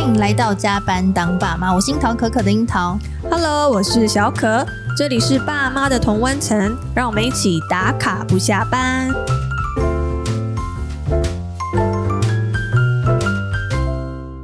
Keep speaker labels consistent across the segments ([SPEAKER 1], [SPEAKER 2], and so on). [SPEAKER 1] 迎来到加班当爸妈，我是樱桃可可的樱桃。
[SPEAKER 2] Hello，我是小可，呃这里是爸妈的同温层，让我们一起打卡不下班。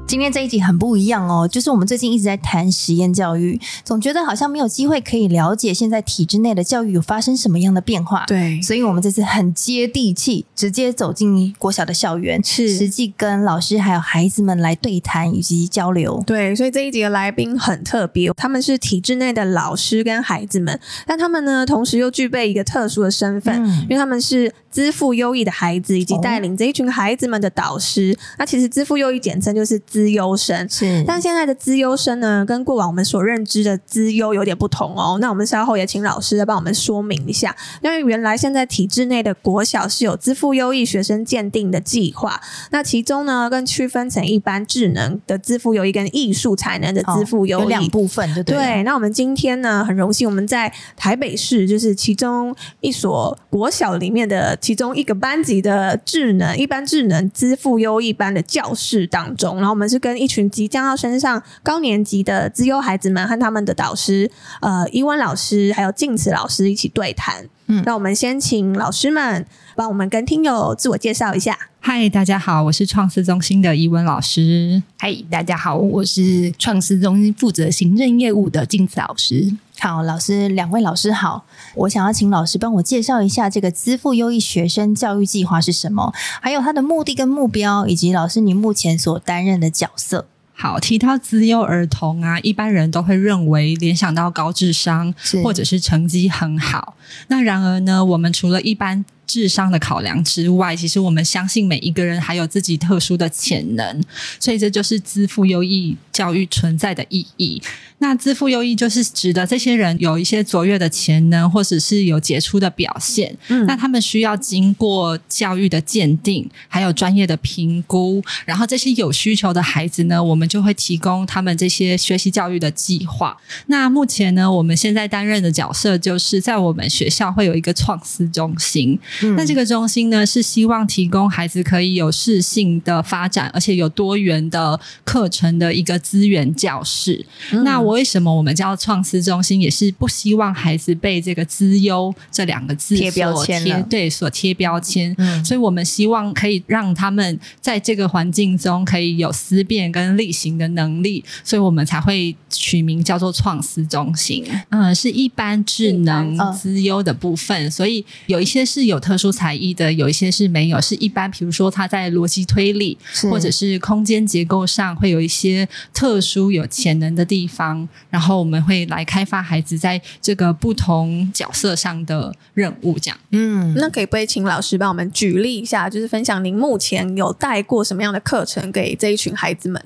[SPEAKER 1] 今天这一集很不一样哦，就是我们最近一直在谈实验教育，总觉得好像没有机会可以了解现在体制内的教育有发生什么样的变化。
[SPEAKER 2] 对
[SPEAKER 1] 所以我们这次很接地气，直接走进国小的校园，
[SPEAKER 2] 是
[SPEAKER 1] 实际跟老师还有孩子们来对谈以及交流。
[SPEAKER 2] 对，所以这一集的来宾很特别，他们是体制内的老师跟孩子们，但他们呢，同时又具备一个特殊的身份，
[SPEAKER 1] 嗯
[SPEAKER 2] 因为他们是资赋优异的孩子，以及
[SPEAKER 1] 哦
[SPEAKER 2] 带领这一群孩子们的导师。那其实资赋优异简称就是资优生，
[SPEAKER 1] 是
[SPEAKER 2] 但现在的资优生呢，跟过往我们所认知的资优有点不同哦。那我们稍后也请老师来帮我们说明一下，因为原来现在体制内的国小是有资赋优异学生鉴定的计划，那其中呢更区分成一般智能的资赋优异跟艺术才能的资赋优
[SPEAKER 1] 哦有
[SPEAKER 2] 异。
[SPEAKER 1] 两部分，对不对了？
[SPEAKER 2] 对，那我们今天呢，很荣幸我们在台北市，就是其中一所国小里面的其中一个班级的智能一般智能资赋优异班的教室当中，然后我们是跟一群即将要升上高年级的资优孩子们和他们的导师，呃，伊文老师还有静慈老师一起对谈。
[SPEAKER 1] 嗯
[SPEAKER 2] 那我们先请老师们帮我们跟听友自我介绍一下。
[SPEAKER 3] 嗨，大家好，我是创思中心的怡文老师。
[SPEAKER 4] 嗨，大家好，我是创思中心负责行政业务的静子老师。
[SPEAKER 1] 好，老师，两位老师好，我想要请老师帮我介绍一下这个资赋优异学生教育计划是什么，还有它的目的跟目标，以及老师您目前所担任的角色。
[SPEAKER 3] 好，提到资优儿童啊，一般人都会认为联想到高智商
[SPEAKER 1] 是
[SPEAKER 3] 或者是成绩很好。那然而呢，我们除了一般智商的考量之外，其实我们相信每一个人还有自己特殊的潜能，所以这就是资赋优异教育存在的意义。那资赋优异就是指的这些人有一些卓越的潜能，或者是有杰出的表现，
[SPEAKER 2] 嗯
[SPEAKER 3] 那他们需要经过教育的鉴定，还有专业的评估，然后这些有需求的孩子呢，我们就会提供他们这些学习教育的计划。那目前呢，我们现在担任的角色就是在我们学校会有一个创思中心，
[SPEAKER 1] 嗯
[SPEAKER 3] 那这个中心呢，是希望提供孩子可以有适性的发展，而且有多元的课程的一个资源教室。
[SPEAKER 1] 嗯
[SPEAKER 3] 那我为什么我们叫创思中心，也是不希望孩子被这个“资优”这两个字
[SPEAKER 1] 贴标
[SPEAKER 3] 所
[SPEAKER 1] 签
[SPEAKER 3] 贴
[SPEAKER 1] 了
[SPEAKER 3] 对，所贴标签。
[SPEAKER 1] 嗯
[SPEAKER 3] 所以我们希望可以让他们在这个环境中可以有思辨跟力行的能力，所以我们才会取名叫做创思中心。嗯，是一般智能
[SPEAKER 1] 一般嗯
[SPEAKER 3] 资优的部分，所以有一些是有特殊才艺的，有一些是没有，是一般，比如说他在逻辑推理
[SPEAKER 1] 是
[SPEAKER 3] 或者是空间结构上会有一些特殊有潜能的地方，然后我们会来开发孩子在这个不同角色上的任务，这样。
[SPEAKER 1] 嗯，
[SPEAKER 2] 那可以不可以请老师帮我们举例一下，就是分享您目前有带过什么样的课程给这一群孩子们？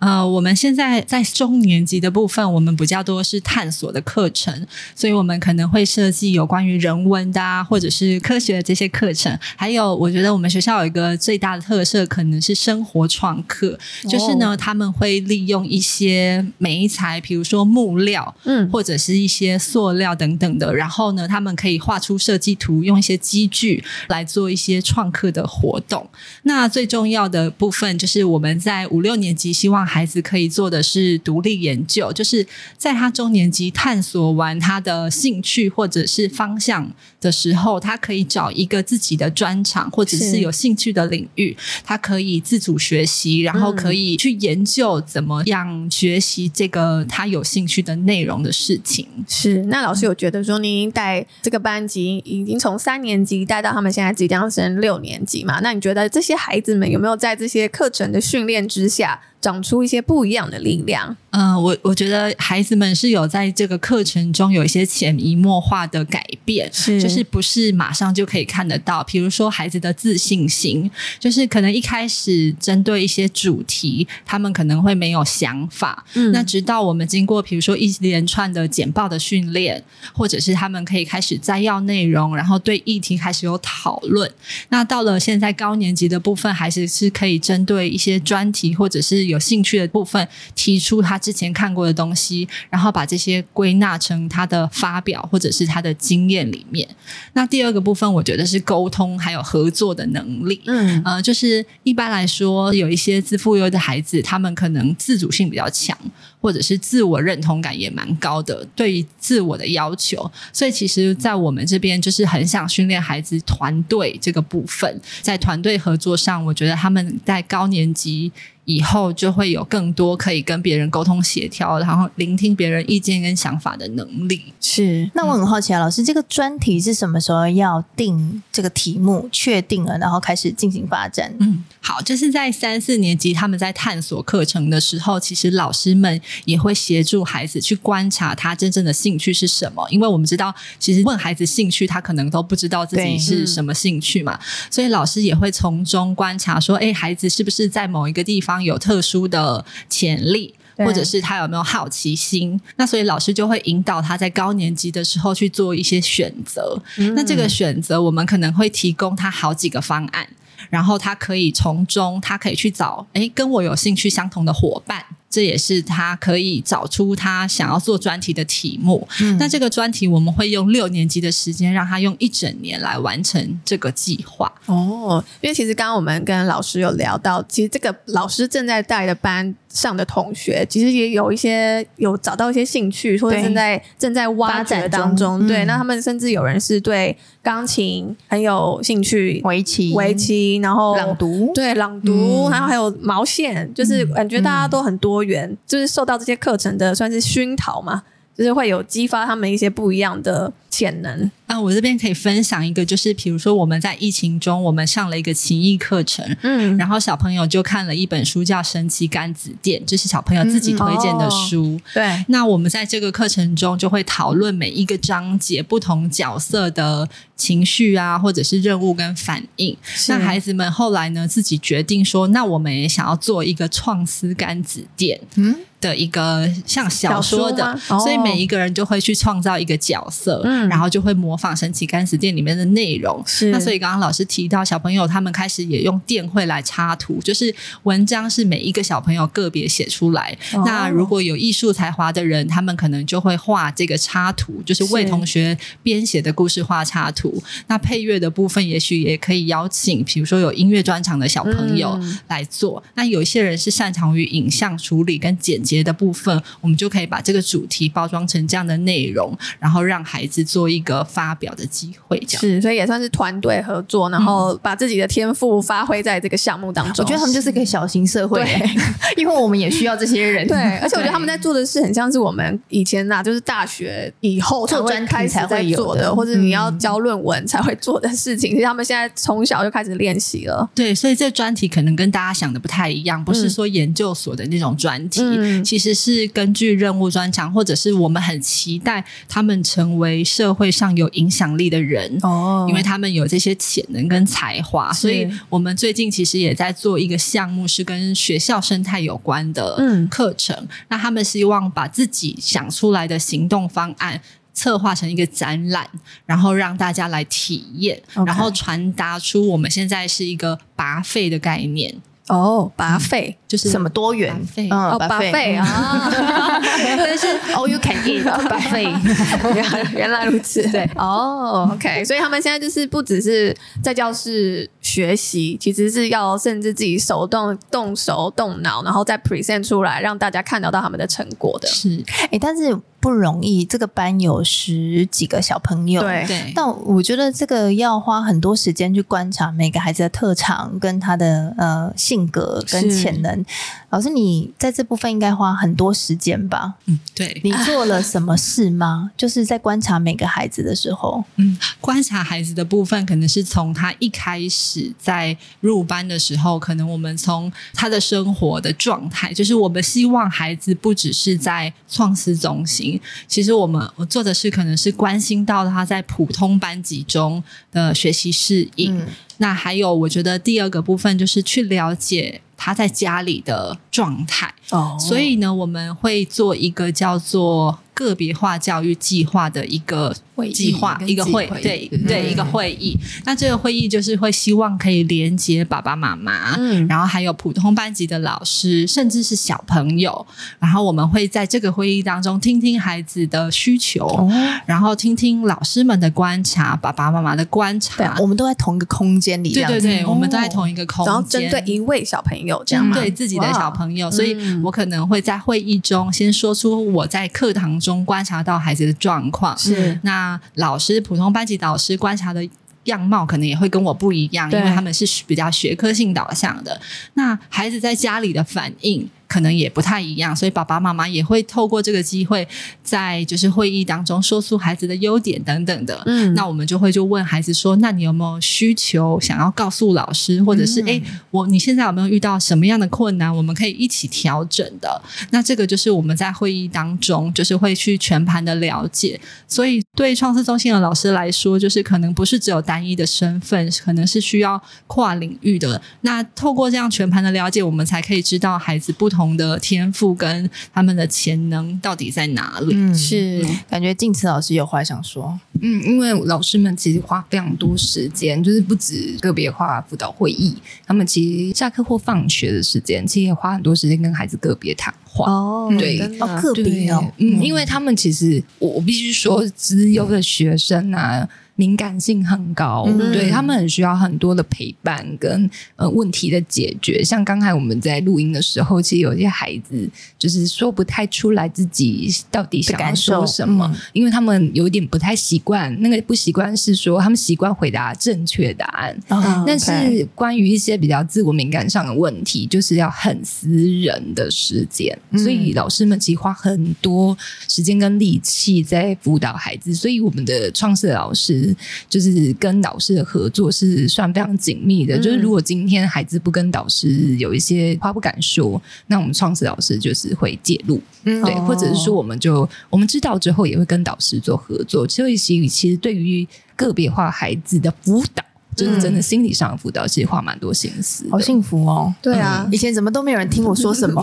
[SPEAKER 3] 呃，我们现在在中年级的部分，我们比较多是探索的课程，所以我们可能会设计有关于人文的啊，或者是科学的这些课程。还有，我觉得我们学校有一个最大的特色，可能是生活创客，就是呢，他们会利用一些媒材，比如说木料，
[SPEAKER 2] 嗯，
[SPEAKER 3] 或者是一些塑料等等的。然后呢，他们可以画出设计图，用一些机具来做一些创客的活动。那最重要的部分就是我们在五六年级希望孩子可以做的是独立研究，就是在他中年级探索完他的兴趣或者是方向的时候，他可以找一个自己的专长或者
[SPEAKER 2] 是
[SPEAKER 3] 是有兴趣的领域，他可以自主学习，然后可以去研究怎么样学习这个他有兴趣的内容的事情。
[SPEAKER 2] 是。那老师有觉得说，您带这个班级已经从三年级带到他们现在即将升六年级嘛？那你觉得这些孩子们有没有在这些课程的训练之下，长出一些不一样的力量？
[SPEAKER 3] 嗯，我我觉得孩子们是有在这个课程中有一些潜移默化的改变，
[SPEAKER 2] 是
[SPEAKER 3] 就是不是马上就可以看得到。比如说孩子的自信心，就是可能一开始针对一些主题，他们可能会没有想法，
[SPEAKER 2] 嗯
[SPEAKER 3] 那直到我们经过比如说一连串的简报的训练，或者是他们可以开始摘要内容，然后对议题开始有讨论。那到了现在高年级的部分，还是是可以针对一些专题或者是有兴趣的部分，提出他之前看过的东西，然后把这些归纳成他的发表或者是他的经验里面。那第二个部分，我觉得是沟通还有合作的能力。
[SPEAKER 2] 嗯
[SPEAKER 3] 呃，就是一般来说，有一些自负优的孩子，他们可能自主性比较强，或者是自我认同感也蛮高的，对于自我的要求。所以，其实，在我们这边就是很想训练孩子团队这个部分，在团队合作上，我觉得他们在高年级。以后就会有更多可以跟别人沟通协调，然后聆听别人意见跟想法的能力。
[SPEAKER 2] 是
[SPEAKER 1] 那我很好奇啊，老师，这个专题是什么时候要定这个题目，确定了，然后开始进行发展？
[SPEAKER 3] 嗯，好，就是在三四年级他们在探索课程的时候，其实老师们也会协助孩子去观察他真正的兴趣是什么，因为我们知道，其实问孩子兴趣，他可能都不知道自己
[SPEAKER 1] 对嗯
[SPEAKER 3] 是什么兴趣嘛，所以老师也会从中观察说，哎，孩子是不是在某一个地方有特殊的潜力。
[SPEAKER 1] 对
[SPEAKER 3] 或者是他有没有好奇心？那所以老师就会引导他在高年级的时候去做一些选择。那这个选择，我们可能会提供他好几个方案，然后他可以从中，他可以去找诶跟我有兴趣相同的伙伴，这也是他可以找出他想要做专题的题目。
[SPEAKER 1] 嗯
[SPEAKER 3] 那这个专题我们会用六年级的时间，让他用一整年来完成这个计划。
[SPEAKER 2] 哦，因为其实刚刚我们跟老师有聊到，其实这个老师正在带的班上的同学，其实也有一些有找到一些兴趣，或者
[SPEAKER 1] 对
[SPEAKER 2] 正在正在挖
[SPEAKER 1] 发展
[SPEAKER 2] 掘当中。
[SPEAKER 1] 中
[SPEAKER 2] 对，
[SPEAKER 1] 嗯
[SPEAKER 2] 那他们甚至有人是对钢琴很有兴趣，
[SPEAKER 1] 围棋、
[SPEAKER 2] 围、棋，然后
[SPEAKER 1] 朗读，
[SPEAKER 2] 对朗读，
[SPEAKER 1] 嗯
[SPEAKER 2] 然后还有毛线，就是
[SPEAKER 3] 嗯
[SPEAKER 2] 感觉大家都很多元，就是受到这些课程的算是熏陶嘛，就是会有激发他们一些不一样的潜能。
[SPEAKER 3] 那啊我这边可以分享一个，就是比如说我们在疫情中，我们上了一个情谊课程，
[SPEAKER 2] 嗯
[SPEAKER 3] 然后小朋友就看了一本书叫《神奇柑子店》，这是小朋友自己推荐的书。
[SPEAKER 2] 嗯哦对，
[SPEAKER 3] 那我们在这个课程中就会讨论每一个章节不同角色的情绪啊，或者是任务跟反应。那孩子们后来呢，自己决定说，那我们也想要做一个创思柑子店
[SPEAKER 1] 嗯，
[SPEAKER 3] 的一个像小说的，
[SPEAKER 2] 小说吗
[SPEAKER 3] 所以
[SPEAKER 2] 哦
[SPEAKER 3] 每一个人就会去创造一个角色，
[SPEAKER 2] 嗯
[SPEAKER 3] 然后就会模仿神奇柑子店里面的内容。
[SPEAKER 2] 是
[SPEAKER 3] 那所以刚刚老师提到，小朋友他们开始也用电绘来插图，就是文章是每一个小朋友个别写出来。
[SPEAKER 2] 哦
[SPEAKER 3] 那如果有艺术才华的人，他们可能就会画这个插图，就是为
[SPEAKER 2] 是
[SPEAKER 3] 同学编写的故事画插图。那配乐的部分，也许也可以邀请，比如说有音乐专场的小朋友
[SPEAKER 2] 嗯
[SPEAKER 3] 来做。那有一些人是擅长于影像处理跟剪接的部分，我们就可以把这个主题包装成这样的内容，然后让孩子做一个发表的机会，这样。
[SPEAKER 2] 是，所以也算是团队合作，然后把自己的天赋发挥在这个项目当
[SPEAKER 1] 嗯我
[SPEAKER 2] 中。
[SPEAKER 1] 觉得他们就是个小型社会，因为我们也需要这些人。
[SPEAKER 2] 对， 而且我觉得他们在做的事很像是我们以前呐、就是大学以后才
[SPEAKER 1] 做
[SPEAKER 2] 会
[SPEAKER 1] 专题
[SPEAKER 2] 开始
[SPEAKER 1] 才
[SPEAKER 2] 在
[SPEAKER 1] 会有
[SPEAKER 2] 做
[SPEAKER 1] 的
[SPEAKER 2] 或者你要
[SPEAKER 1] 嗯
[SPEAKER 2] 交论文才会做的事情。其实他们现在从小就开始练习了。
[SPEAKER 3] 对，所以这专题可能跟大家想的不太一样，不是说研究所的那种专题，
[SPEAKER 2] 嗯
[SPEAKER 3] 其实是根据任务专长，或者是我们很期待他们成为社会上有影响力的人。
[SPEAKER 2] 哦
[SPEAKER 3] 因为他们有这些潜能跟才华，所以我们最近其实也在做一个项目，是跟学校生态有关的
[SPEAKER 2] 嗯
[SPEAKER 3] 课程。那他们希望把自己想出来的行动方案策划成一个展览，然后让大家来体验
[SPEAKER 2] OK
[SPEAKER 3] 然后传达出我们现在是一个拔费的概念，嗯
[SPEAKER 2] 哦，拔费
[SPEAKER 3] 就是
[SPEAKER 1] 什么多元
[SPEAKER 3] 把费
[SPEAKER 1] 嗯
[SPEAKER 2] 哦，拔费
[SPEAKER 1] 费
[SPEAKER 2] 啊，
[SPEAKER 1] 但是哦 all
[SPEAKER 2] Oh,
[SPEAKER 1] you can eat 把费，
[SPEAKER 2] 原原来如此。
[SPEAKER 3] 对
[SPEAKER 2] 哦，OK，所以他们现在就是不只是在教室学习，其实是要甚至自己手动动手动脑，然后再 present 出来，让大家看得到他们的成果的。
[SPEAKER 3] 是
[SPEAKER 1] 哎，但是不容易。这个班有十几个小朋友，
[SPEAKER 2] 对
[SPEAKER 3] 对。
[SPEAKER 1] 但我觉得这个要花很多时间去观察每个孩子的特长、跟他的呃性格跟
[SPEAKER 2] 是
[SPEAKER 1] 潜能。老师，你在这部分应该花很多时间吧？
[SPEAKER 3] 嗯，对，
[SPEAKER 1] 你做了什么事吗？就是在观察每个孩子的时候，
[SPEAKER 3] 观察孩子的部分，可能是从他一开始在入班的时候，可能我们从他的生活的状态，就是我们希望孩子不只是在创思中心，其实我们我做的是可能是关心到他在普通班级中的学习适应。
[SPEAKER 1] 嗯
[SPEAKER 3] 那还有，我觉得第二个部分就是去了解他在家里的状态。
[SPEAKER 2] 哦
[SPEAKER 3] 所以呢，我们会做一个叫做个别化教育计划的一个
[SPEAKER 4] 会议
[SPEAKER 3] 计划，
[SPEAKER 4] 跟
[SPEAKER 3] 一个
[SPEAKER 4] 自己
[SPEAKER 3] 会，
[SPEAKER 4] 会议
[SPEAKER 3] 对
[SPEAKER 4] 对
[SPEAKER 3] 对，一个会议。那这个会议就是会希望可以连接爸爸妈妈，
[SPEAKER 2] 嗯
[SPEAKER 3] 然后还有普通班级的老师，甚至是小朋友。然后我们会在这个会议当中听听孩子的需求，然后听听老师们的观察，爸爸妈妈的观
[SPEAKER 1] 对啊
[SPEAKER 3] 察，。
[SPEAKER 1] 我们都在同一个空间里，
[SPEAKER 3] 对对
[SPEAKER 1] 这样
[SPEAKER 3] 对，
[SPEAKER 1] 子
[SPEAKER 3] 我们都在同一个空间，
[SPEAKER 2] 然后针对一位小朋友这样
[SPEAKER 3] 针
[SPEAKER 2] 吗？
[SPEAKER 3] 对自己的小朋友，所以
[SPEAKER 4] 嗯
[SPEAKER 3] 我可能会在会议中先说出我在课堂中观察到孩子的状况，
[SPEAKER 2] 是
[SPEAKER 3] 那老师普通班级导师观察的。样貌可能也会跟我不一样，因
[SPEAKER 2] 对
[SPEAKER 3] 为他们是比较学科性导向的。那孩子在家里的反应可能也不太一样，所以爸爸妈妈也会透过这个机会，在就是会议当中说出孩子的优点等等的。
[SPEAKER 2] 嗯
[SPEAKER 3] 那我们就会就问孩子说：“那你有没有需求想要告诉老师，或者
[SPEAKER 2] 嗯
[SPEAKER 3] 是诶，我你现在有没有遇到什么样的困难？我们可以一起调整的。”那这个就是我们在会议当中，就是会去全盘的了解。所以对创思中心的老师来说，就是可能不是只有单一的身份，可能是需要跨领域的。那透过这样全盘的了解，我们才可以知道孩子不同的天赋跟他们的潜能到底在哪里。
[SPEAKER 1] 嗯，
[SPEAKER 4] 是
[SPEAKER 1] 感觉静慈老师有话想说，
[SPEAKER 4] 嗯，因为老师们其实花非常多时间，就是不止个别化辅导会议，他们其实下课或放学的时间，其实也花很多时间跟孩子个别谈话。
[SPEAKER 2] 哦
[SPEAKER 4] 对
[SPEAKER 2] 真的
[SPEAKER 1] 哦，个别哦，
[SPEAKER 4] 嗯，因为他们其实我我必须说，资优的学生啊，敏感性很高，
[SPEAKER 1] 嗯
[SPEAKER 4] 对他们很需要很多的陪伴跟呃问题的解决。像刚才我们在录音的时候，其实有些孩子就是说不太出来自己到底想要说什么，
[SPEAKER 1] 的感
[SPEAKER 4] 因为他们有点不太习惯。那个不习惯是说他们习惯回答正确答案，
[SPEAKER 1] 哦
[SPEAKER 4] 但是关于一些比较自我敏感上的问题，就是要很私人的时间，
[SPEAKER 1] 嗯
[SPEAKER 4] 所以老师们其实花很多时间跟力气在辅导孩子。所以我们的创世老师就是跟导师的合作是算非常紧密的。
[SPEAKER 2] 嗯
[SPEAKER 4] 就是如果今天孩子不跟导师有一些话不敢说，那我们创世老师就是会介入。
[SPEAKER 1] 嗯
[SPEAKER 4] 对，
[SPEAKER 2] 哦
[SPEAKER 4] 或者是说我们就我们知道之后也会跟导师做合作，所以其实其实对于个别化孩子的辅导，就是真的心理上的辅导，其实花蛮多心思的。
[SPEAKER 1] 好幸福哦。
[SPEAKER 2] 对啊
[SPEAKER 1] 以，前怎么都没有人听我说什么，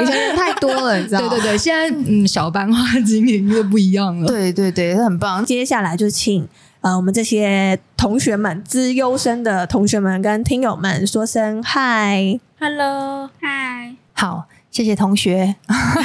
[SPEAKER 2] 以前人太多了，你知道
[SPEAKER 4] 对对对，现在嗯，小班化经营又不一样了。
[SPEAKER 1] 对对对，很棒。
[SPEAKER 2] 接下来就请呃我们这些同学们、资优生的同学们跟听友们说声嗨。
[SPEAKER 5] Hello，嗨，
[SPEAKER 1] 好，谢谢同学。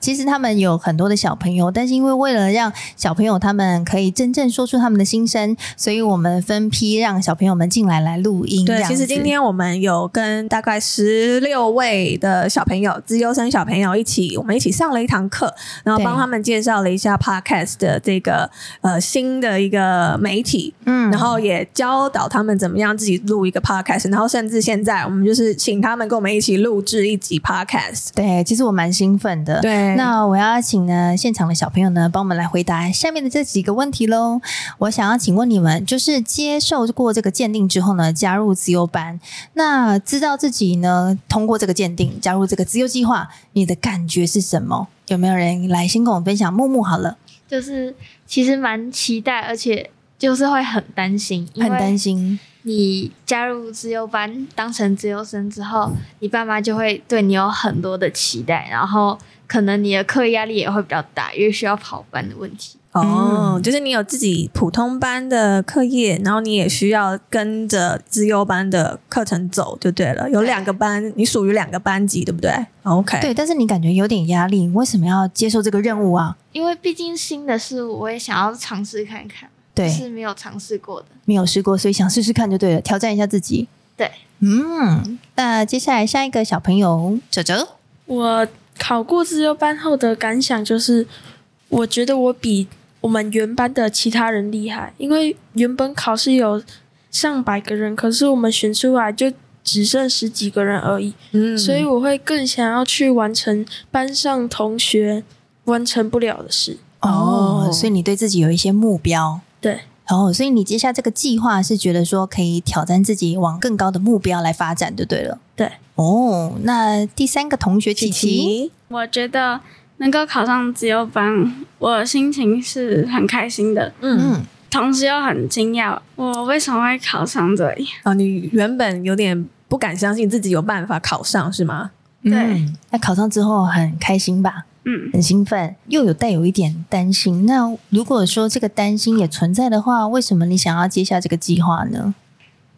[SPEAKER 1] 其实他们有很多的小朋友，但是因为为了让小朋友他们可以真正说出他们的心声，所以我们分批让小朋友们进来来录音。这
[SPEAKER 2] 对，
[SPEAKER 1] 样
[SPEAKER 2] 其实
[SPEAKER 1] 子
[SPEAKER 2] 今天我们有跟大概十六位的小朋友、资优生小朋友一起，我们一起上了一堂课，然后
[SPEAKER 1] 对
[SPEAKER 2] 帮他们介绍了一下 Podcast 的这个呃新的一个媒体，
[SPEAKER 1] 嗯
[SPEAKER 2] 然后也教导他们怎么样自己录一个 Podcast，然后甚至现在我们就是请他们跟我们一起录制一集 Podcast。
[SPEAKER 1] 对，其实我蛮兴奋的。
[SPEAKER 2] 对那
[SPEAKER 1] 那我要请呢现场的小朋友呢，帮我们来回答下面的这几个问题喽。我想要请问你们，就是接受过这个鉴定之后呢，加入自由班，那知道自己呢通过这个鉴定加入这个自由计划，你的感觉是什么？有没有人来先跟我分享？木木好了，
[SPEAKER 5] 就是其实蛮期待，而且就是会很担心，因
[SPEAKER 1] 很担
[SPEAKER 5] 为
[SPEAKER 1] 心，
[SPEAKER 5] 你加入自由班当成自由生之后，你爸妈就会对你有很多的期待，然后可能你的课业压力也会比较大，因为需要跑班的问题。
[SPEAKER 2] 哦，
[SPEAKER 6] 嗯
[SPEAKER 2] 就是你有自己普通班的课业，然后你也需要跟着资优班的课程走，就对了。有两个班，你属于两个班级，对不哦对？OK，
[SPEAKER 1] 对，但是你感觉有点压力，你为什么要接受这个任务啊？
[SPEAKER 5] 因为毕竟新的事物，我也想要尝试看看，
[SPEAKER 1] 对，
[SPEAKER 5] 是没有尝试过的。
[SPEAKER 1] 没有试过，所以想试试看就对了，挑战一下自己。
[SPEAKER 5] 对，
[SPEAKER 1] 嗯，那接下来下一个小朋友哲哲。
[SPEAKER 7] 我考过自由班后的感想就是，我觉得我比我们原班的其他人厉害，因为原本考试有上百个人，可是我们选出来就只剩十几个人而已，
[SPEAKER 2] 嗯
[SPEAKER 7] 所以我会更想要去完成班上同学完成不了的事。
[SPEAKER 1] 哦，所以你对自己有一些目标。
[SPEAKER 7] 对。
[SPEAKER 1] 哦，所以你接下这个计划是觉得说可以挑战自己往更高的目标来发展，就对了。
[SPEAKER 7] 对。
[SPEAKER 1] 哦，那第三个同学琪琪，
[SPEAKER 6] 我觉得能够考上自由班，我心情是很开心的，
[SPEAKER 2] 嗯，
[SPEAKER 1] 嗯，
[SPEAKER 6] 同时又很惊讶，我为什么会考上这里？
[SPEAKER 2] 哦，你原本有点不敢相信自己有办法考上，是吗？
[SPEAKER 6] 对
[SPEAKER 1] 嗯，那考上之后很开心吧？
[SPEAKER 6] 嗯，
[SPEAKER 1] 很兴奋，又有带有一点担心。那如果说这个担心也存在的话，为什么你想要接下这个计划呢？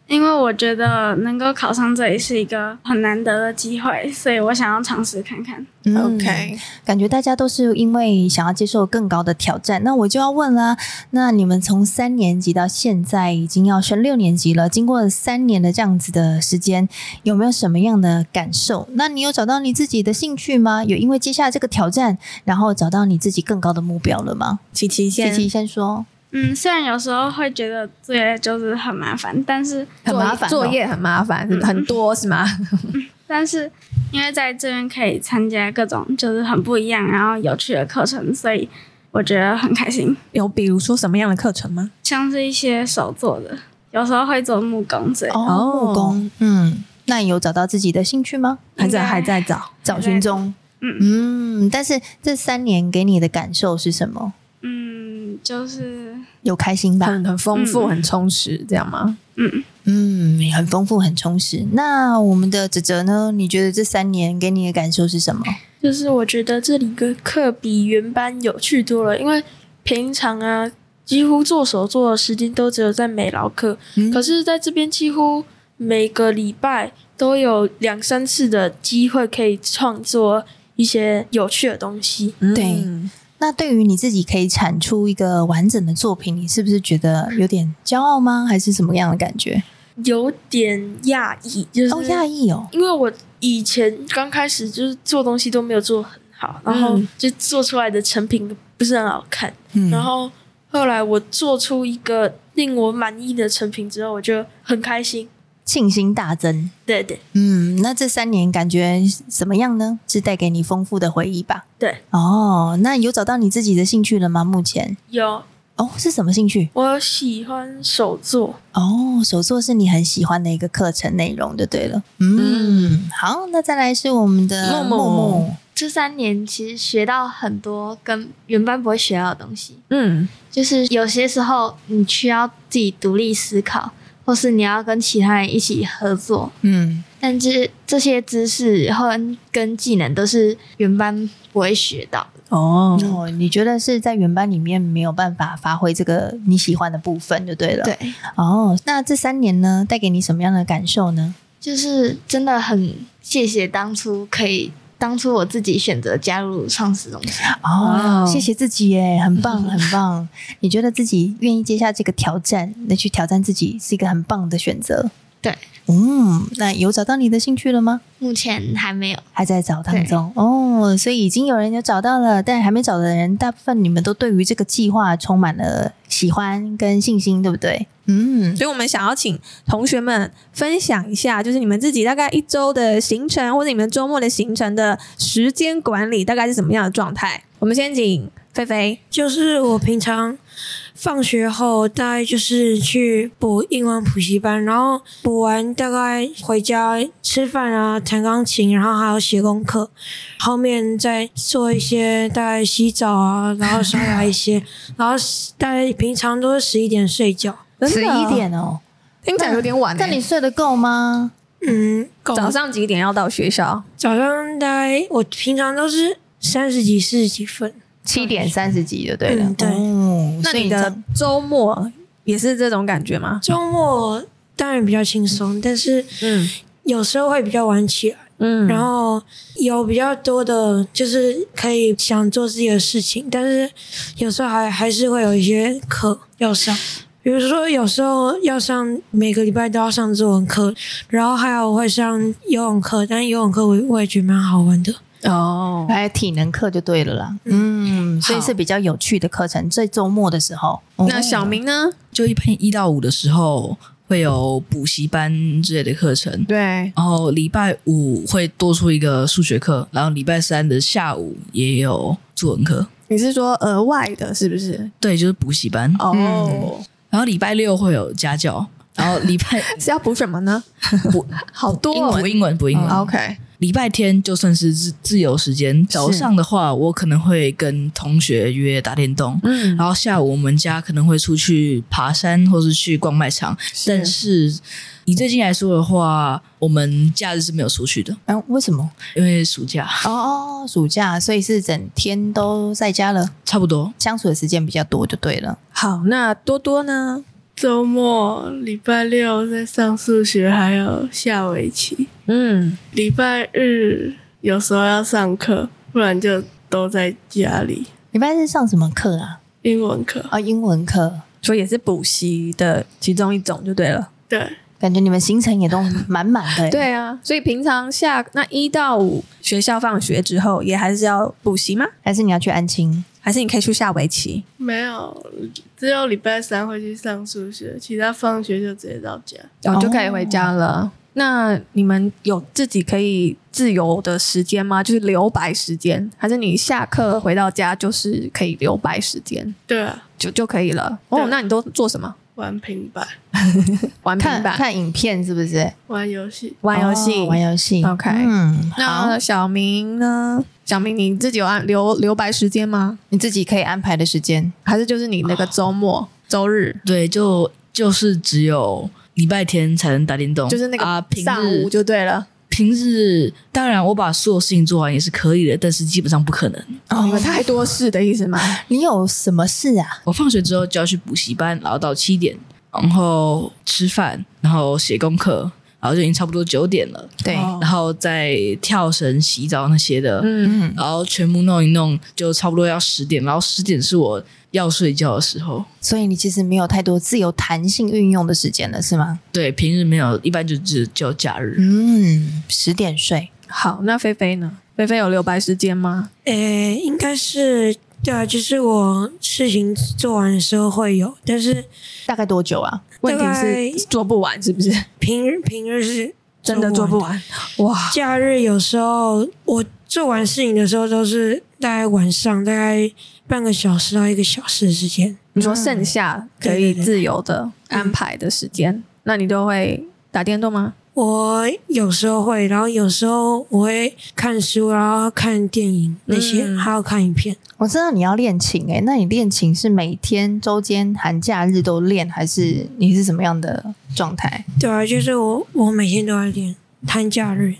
[SPEAKER 6] 因为我觉得能够考上这里是一个很难得的机会，所以我想要尝试看看。
[SPEAKER 1] 嗯
[SPEAKER 2] OK，
[SPEAKER 1] 感觉大家都是因为想要接受更高的挑战，那我就要问啦，那你们从三年级到现在已经要升六年级了，经过三年的这样子的时间，有没有什么样的感受？那你有找到你自己的兴趣吗？有因为接下来这个挑战，然后找到你自己更高的目标了吗？
[SPEAKER 2] 琪琪
[SPEAKER 1] 琪
[SPEAKER 2] 先，
[SPEAKER 1] 琪先说，
[SPEAKER 6] 嗯，虽然有时候会觉得作业就是很麻烦，但是
[SPEAKER 1] 很麻烦哦
[SPEAKER 4] 作业很麻烦，
[SPEAKER 2] 嗯
[SPEAKER 4] 很多是吗？
[SPEAKER 6] 但是因为在这边可以参加各种就是很不一样然后有趣的课程，所以我觉得很开心。
[SPEAKER 2] 有比如说什么样的课程吗？
[SPEAKER 6] 像是一些手做的，有时候会做木工之类的。
[SPEAKER 2] 哦
[SPEAKER 1] 木工，嗯，那你有找到自己的兴趣吗？
[SPEAKER 2] 还在
[SPEAKER 6] 应该
[SPEAKER 2] 还在找，
[SPEAKER 1] 找寻中，
[SPEAKER 6] 嗯
[SPEAKER 1] 嗯，但是这三年给你的感受是什么？
[SPEAKER 6] 嗯，就是
[SPEAKER 1] 有开心吧？
[SPEAKER 4] 很很丰富，
[SPEAKER 6] 嗯
[SPEAKER 4] 很充实，这样吗？
[SPEAKER 6] 嗯，
[SPEAKER 1] 嗯，很丰富，很充实。那我们的哲哲呢？你觉得这三年给你的感受是什么？
[SPEAKER 7] 就是我觉得这里的课比原班有趣多了，因为平常啊，几乎做手做的时间都只有在美劳课，
[SPEAKER 1] 嗯
[SPEAKER 7] 可是在这边几乎每个礼拜都有两三次的机会可以创作一些有趣的东西。
[SPEAKER 1] 对
[SPEAKER 2] 嗯
[SPEAKER 1] 那对于你自己可以产出一个完整的作品，你是不是觉得有点骄傲吗？还是什么样的感觉？
[SPEAKER 7] 有点讶异，就是
[SPEAKER 1] 哦，讶异哦，
[SPEAKER 7] 因为我以前刚开始就是做东西都没有做很好，然后就做出来的成品不是很好看。
[SPEAKER 1] 嗯，
[SPEAKER 7] 然后后来我做出一个令我满意的成品之后，我就很开心。
[SPEAKER 1] 庆幸大增。
[SPEAKER 7] 对对，
[SPEAKER 1] 嗯，那这三年感觉怎么样呢？是带给你丰富的回忆吧？
[SPEAKER 7] 对。
[SPEAKER 1] 哦，那有找到你自己的兴趣了吗？目前
[SPEAKER 7] 有
[SPEAKER 1] 哦，是什么兴趣？
[SPEAKER 7] 我喜欢手作，
[SPEAKER 1] 哦，手作是你很喜欢的一个课程内容，就对了。嗯，好，那再来是我们的
[SPEAKER 2] 默
[SPEAKER 1] 默
[SPEAKER 2] 默
[SPEAKER 1] 默，
[SPEAKER 5] 这三年其实学到很多跟原班不会学到的东西，
[SPEAKER 2] 嗯，
[SPEAKER 5] 就是有些时候你需要自己独立思考，或是你要跟其他人一起合作，
[SPEAKER 1] 嗯，
[SPEAKER 5] 但是这些知识和跟技能都是原班不会学到嗯的。
[SPEAKER 2] 哦，
[SPEAKER 1] 哦，你觉得是在原班里面没有办法发挥这个你喜欢的部分，就对了。，
[SPEAKER 5] 对，
[SPEAKER 1] 哦，那这三年呢，带给你什么样的感受呢？
[SPEAKER 5] 就是真的很嗯谢谢当初可以，当初我自己选择加入创始公司。
[SPEAKER 1] 哦，
[SPEAKER 2] 哇哦
[SPEAKER 1] 谢谢自己耶，很 棒，很棒。你觉得自己愿意接下这个挑战，那去挑战自己是一个很棒的选择。
[SPEAKER 5] 对，
[SPEAKER 1] 嗯，那有找到你的兴趣了吗？
[SPEAKER 5] 目前还没有，
[SPEAKER 1] 还在找当中哦，所以已经有人有找到了，但还没找的人，大部分你们都对于这个计划充满了喜欢跟信心，对不对？嗯，
[SPEAKER 2] 所以我们想要请同学们分享一下，就是你们自己大概一周的行程，或者你们周末的行程的时间管理大概是什么样的状态？我们先请菲菲，
[SPEAKER 8] 就是我平常放学后大概就是去补英文补习班，然后补完大概回家吃饭啊、弹钢琴，然后还有写功课，后面再做一些大概洗澡啊，然后刷牙 一些，然后大概平常都是十一点睡觉。
[SPEAKER 1] 十一点哦，
[SPEAKER 4] 啊听起来有点晚欸。
[SPEAKER 1] 但你睡得够吗？
[SPEAKER 8] 嗯，够
[SPEAKER 2] 早上几点要到学校？
[SPEAKER 8] 早上大概我平常都是三十几、四十几分，
[SPEAKER 1] 七点三十几就对了。
[SPEAKER 8] 嗯对
[SPEAKER 1] 哦，
[SPEAKER 2] 那
[SPEAKER 1] 所以
[SPEAKER 2] 你
[SPEAKER 1] 这
[SPEAKER 2] 的
[SPEAKER 1] 样
[SPEAKER 2] 周末也是这种感觉吗？
[SPEAKER 8] 周末当然比较轻松，但是
[SPEAKER 2] 嗯
[SPEAKER 8] 有时候会比较晚起来。
[SPEAKER 2] 嗯
[SPEAKER 8] 然后有比较多的，就是可以想做自己的事情，但是有时候还还是会有一些课要上，比如说有时候要上每个礼拜都要上作文课，然后还有会上游泳课，但游泳课我我也觉得蛮好玩的。
[SPEAKER 2] 哦，
[SPEAKER 1] 还有体能课就对了啦。嗯，所以是比较有趣的课程，在周末的时候。
[SPEAKER 2] 那
[SPEAKER 1] 哦
[SPEAKER 2] 小明呢？
[SPEAKER 9] 就一般一到五的时候会有补习班之类的课程，
[SPEAKER 4] 对，
[SPEAKER 9] 然后礼拜五会多出一个数学课，然后礼拜三的下午也有作文课，
[SPEAKER 4] 你是说额外的，是不是？
[SPEAKER 9] 对，就是补习班。嗯
[SPEAKER 4] 哦，
[SPEAKER 9] 然后礼拜六会有家教，然后礼拜
[SPEAKER 4] 是要补什么 呢？补 好多哦
[SPEAKER 9] 英文补英文补英文。
[SPEAKER 4] OK，
[SPEAKER 9] 礼拜天就算是自自由时间，早上的话我可能会跟同学约打电动，
[SPEAKER 4] 嗯，
[SPEAKER 9] 然后下午我们家可能会出去爬山或是去逛卖场，但是以最近来说的话，我们假日是没有出去的，
[SPEAKER 4] 啊
[SPEAKER 1] 嗯，为什么？
[SPEAKER 9] 因为暑假
[SPEAKER 1] 哦，哦暑假，所以是整天都在家了，
[SPEAKER 9] 差不多。
[SPEAKER 1] 相处的时间比较多就对了。
[SPEAKER 2] 好，那多多呢？
[SPEAKER 10] 周末礼拜六在上数学，还有下围棋。
[SPEAKER 2] 嗯，
[SPEAKER 10] 礼拜日有时候要上课，不然就都在家里。
[SPEAKER 1] 礼拜日上什么课啊？
[SPEAKER 10] 英文课，
[SPEAKER 1] 哦，英文课，
[SPEAKER 2] 所以也是补习的其中一种，就对了。
[SPEAKER 10] 对，
[SPEAKER 1] 感觉你们行程也都满满的。，欸
[SPEAKER 2] 对啊，所以平常下那一到五学校放学之后，也还是要补习吗？
[SPEAKER 1] 还是你要去安亲？
[SPEAKER 2] 还是你可以去下围棋？
[SPEAKER 10] 没有，只有礼拜三会去上数学，其他放学就直接到家。
[SPEAKER 2] 哦，就可以回家
[SPEAKER 1] 哦
[SPEAKER 2] 了。那你们有自己可以自由的时间吗？就是留白时间，还是你下课回到家就是可以留白时间
[SPEAKER 10] 对啊，
[SPEAKER 2] 就就可以了？哦，
[SPEAKER 10] 对
[SPEAKER 2] 那你都做什么？
[SPEAKER 10] 玩平板，
[SPEAKER 2] 玩平
[SPEAKER 1] 看
[SPEAKER 2] 板、
[SPEAKER 1] 看影片是不是？
[SPEAKER 10] 玩游戏。
[SPEAKER 2] 玩游
[SPEAKER 1] 哦
[SPEAKER 2] 戏、
[SPEAKER 1] 玩游戏。
[SPEAKER 2] OK
[SPEAKER 1] 嗯，好
[SPEAKER 2] 那，小明呢？小明，你自己有按留留白时间吗？
[SPEAKER 1] 你自己可以安排的时间。
[SPEAKER 2] 还是就是你那个周末、周日，
[SPEAKER 9] 对，就就是只有礼拜天才能打电动，
[SPEAKER 2] 就是那
[SPEAKER 9] 啊，
[SPEAKER 2] 个
[SPEAKER 9] 平
[SPEAKER 2] 上
[SPEAKER 9] 日
[SPEAKER 2] 午就对了。
[SPEAKER 9] 平日当然我把所有事情做完也是可以的，但是基本上不可能。
[SPEAKER 2] 哦，你们太多事的意思吗？
[SPEAKER 1] 你有什么事啊？
[SPEAKER 9] 我放学之后就要去补习班，然后到七点，然后吃饭，然后写功课，然后就已经差不多九点了，
[SPEAKER 1] 对，
[SPEAKER 9] 然后再跳绳、洗澡那些的，
[SPEAKER 2] 嗯，
[SPEAKER 1] 嗯，
[SPEAKER 9] 然后全部弄一弄，就差不多要十点，然后十点是我要睡觉的时候。
[SPEAKER 1] 所以你其实没有太多自由弹性运用的时间了，是吗？
[SPEAKER 9] 对，平日没有，一般就只就假日。
[SPEAKER 1] 嗯，十点睡。
[SPEAKER 2] 好，那菲菲呢？菲菲有留白时间吗？
[SPEAKER 8] 诶，应该是对啊，就是我事情做完的时候会有，但是
[SPEAKER 1] 大概多久啊？
[SPEAKER 2] 问
[SPEAKER 8] 大
[SPEAKER 2] 题
[SPEAKER 8] 概
[SPEAKER 2] 是做不完，是不是？
[SPEAKER 8] 平日平日是
[SPEAKER 2] 真的做不完，哇！
[SPEAKER 8] 假日有时候我做完事情的时候都是大概晚上大概半个小时到一个小时的时间。嗯
[SPEAKER 2] 你说剩下可
[SPEAKER 8] 对对
[SPEAKER 2] 以
[SPEAKER 8] 对啊
[SPEAKER 2] 自由的安排的时间，那你都会打电动吗？
[SPEAKER 8] 我有时候会，然后有时候我会看书，然后看电影那些，
[SPEAKER 2] 嗯
[SPEAKER 8] 还有看影片。
[SPEAKER 1] 我知道你要练琴欸诶、那你练琴是每天、周间、寒假日都练，还
[SPEAKER 2] 嗯
[SPEAKER 1] 是你是什么样的状态？
[SPEAKER 8] 对啊，就是我我每天都在练，谈假日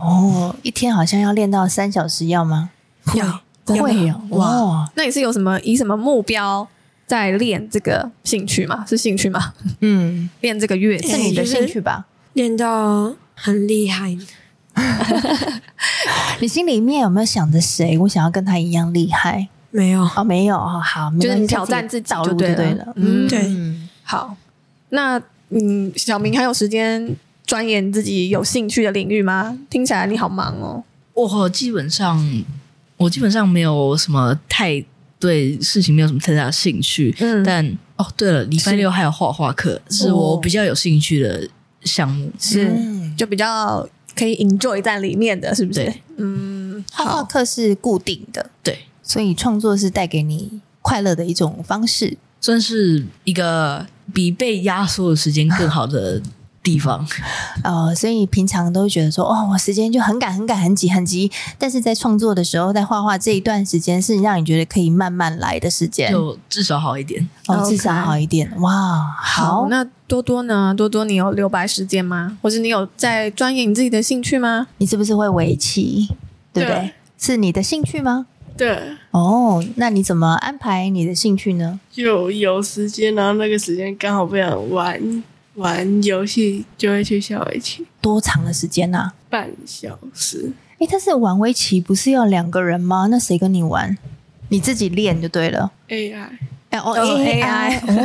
[SPEAKER 1] 哦，一天好像要练到三小时，要吗？
[SPEAKER 8] 要
[SPEAKER 2] 啊
[SPEAKER 1] 会哦，哇，
[SPEAKER 2] 那你是有什么以什么目标在练这个兴趣吗？是兴趣吗？
[SPEAKER 1] 嗯，
[SPEAKER 2] 练这个乐器？
[SPEAKER 1] 是你的兴趣吧？
[SPEAKER 8] 练到很厉害。
[SPEAKER 1] 你心里面有没有想着谁？我想要跟他一样厉害？
[SPEAKER 8] 没有，
[SPEAKER 1] 哦，没有，哦、好，没
[SPEAKER 2] 就是
[SPEAKER 1] 关系
[SPEAKER 2] 你挑战自
[SPEAKER 1] 自
[SPEAKER 2] 己
[SPEAKER 1] 道路
[SPEAKER 2] 就
[SPEAKER 1] 就
[SPEAKER 2] 对了
[SPEAKER 1] 了。
[SPEAKER 2] 嗯
[SPEAKER 8] 对
[SPEAKER 1] 嗯
[SPEAKER 2] 好，那嗯，小明还有时间钻研自己有兴趣的领域吗？听起来你好忙哦。
[SPEAKER 9] 我基本上我基本上没有什么太对事情没有什么太大的兴趣，
[SPEAKER 2] 嗯哦
[SPEAKER 9] 但哦对了，礼拜六还有画画课，是我比较有兴趣的项目。
[SPEAKER 2] 是
[SPEAKER 1] 嗯
[SPEAKER 2] 就比较可以 enjoy 在里面的，是不是
[SPEAKER 9] 对？
[SPEAKER 2] 嗯，
[SPEAKER 1] 画画课是固定的，
[SPEAKER 9] 对，
[SPEAKER 1] 所以创作是带给你快乐的一种方式。
[SPEAKER 9] 算是一个比被压缩的时间更好的地方。
[SPEAKER 2] 嗯
[SPEAKER 1] 呃，所以平常都会觉得说，哦，我时间就很赶、很赶、很挤、很急。但是在创作的时候，在画画这一段时间，是让你觉得可以慢慢来的时间，
[SPEAKER 9] 就至少好一点。
[SPEAKER 1] 哦，至少
[SPEAKER 2] OK
[SPEAKER 1] 好一点。哇，好，
[SPEAKER 2] 那多多呢？多多，你有留白时间吗？或者你有在钻研你自己的兴趣吗？
[SPEAKER 1] 你是不是会围棋？对不对？
[SPEAKER 10] 对啊
[SPEAKER 1] 是你的兴趣吗？
[SPEAKER 10] 对，啊
[SPEAKER 1] 哦，那你怎么安排你的兴趣呢？
[SPEAKER 10] 就有时间，然后那个时间刚好不想玩玩游戏，就会去下围棋，
[SPEAKER 1] 多长的时间呐、啊？
[SPEAKER 10] 半小时。
[SPEAKER 1] 诶，但是玩围棋不是要两个人吗？那谁跟你玩？你自己练就对了。
[SPEAKER 10] AI
[SPEAKER 1] 哎哦
[SPEAKER 2] 哦 AI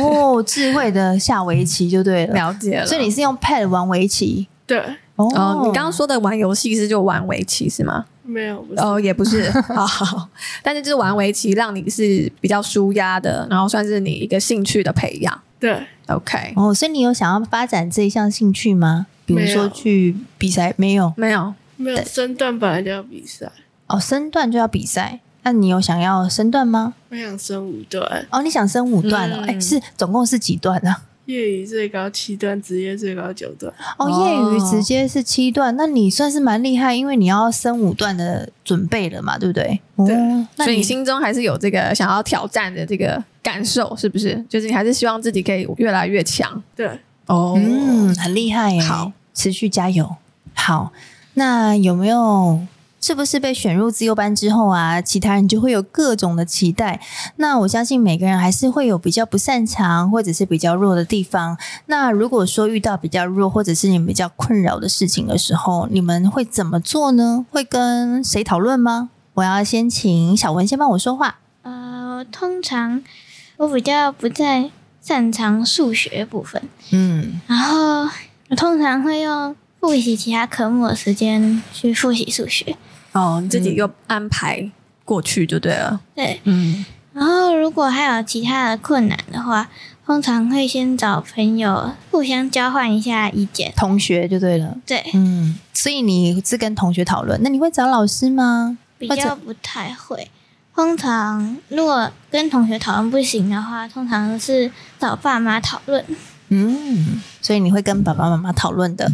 [SPEAKER 1] 哦，智慧的下围棋就对了。
[SPEAKER 2] 了解了
[SPEAKER 1] 所以你是用 Pad 玩围棋
[SPEAKER 10] 对，
[SPEAKER 1] 哦
[SPEAKER 2] 哦，你刚刚说的玩游戏是就玩围棋是吗？
[SPEAKER 10] 没有不是、
[SPEAKER 2] 哦，也不 是，好好，但是就是玩围棋让你是比较舒压的，然后算是你一个兴趣的培养。
[SPEAKER 10] 对，
[SPEAKER 2] OK，
[SPEAKER 1] 哦，所以你有想要发展这一项兴趣吗？比如
[SPEAKER 10] 没
[SPEAKER 1] 说
[SPEAKER 10] 有
[SPEAKER 1] 去比赛没有？
[SPEAKER 2] 没有，
[SPEAKER 10] 没有身段本来就要比赛，
[SPEAKER 1] 哦，升段就要比赛，那你有想要升段吗？
[SPEAKER 10] 我想升五段，
[SPEAKER 1] 哦，你想升五段哦？
[SPEAKER 2] 嗯
[SPEAKER 1] 哎、是总共是几段啊？
[SPEAKER 10] 业余最高七段，职业最高九段。
[SPEAKER 1] 哦，
[SPEAKER 2] 哦
[SPEAKER 1] 业余直接是七段，那你算是蛮厉害，因为你要升五段的准备了嘛，对不对？
[SPEAKER 10] 对
[SPEAKER 1] 哦，那
[SPEAKER 2] 所以
[SPEAKER 1] 你
[SPEAKER 2] 你心中还是有这个想要挑战的这个感受，是不是？就是你还是希望自己可以越来越强。
[SPEAKER 10] 对，
[SPEAKER 1] 哦，嗯，很厉害耶！
[SPEAKER 2] 好，
[SPEAKER 1] 持续加油。好，那有没有是不是被选入自由班之后啊，其他人就会有各种的期待？那我相信每个人还是会有比较不擅长或者是比较弱的地方。那如果说遇到比较弱或者是你们比较困扰的事情的时候，你们会怎么做呢？会跟谁讨论吗？我要先请小文先帮我说话。
[SPEAKER 6] 呃，通常我比较不太擅长数学部分，
[SPEAKER 1] 嗯，
[SPEAKER 6] 然后我通常会用复习其他科目的时间去复习数学。嗯
[SPEAKER 2] 哦，你自己又安排过去就对了。
[SPEAKER 6] 对，
[SPEAKER 2] 嗯，
[SPEAKER 6] 然后如果还有其他的困难的话，通常会先找朋友嗯互相交换一下意见。
[SPEAKER 1] 嗯同学就对了。
[SPEAKER 6] 对，
[SPEAKER 1] 嗯，所以你是跟同学讨论，那你会找老师吗？
[SPEAKER 6] 比
[SPEAKER 1] 或
[SPEAKER 6] 较
[SPEAKER 1] 者
[SPEAKER 6] 不太会。通常如果跟同学讨论不行的话，通常是找爸妈讨论。
[SPEAKER 1] 嗯，所以你会跟爸爸妈妈讨论的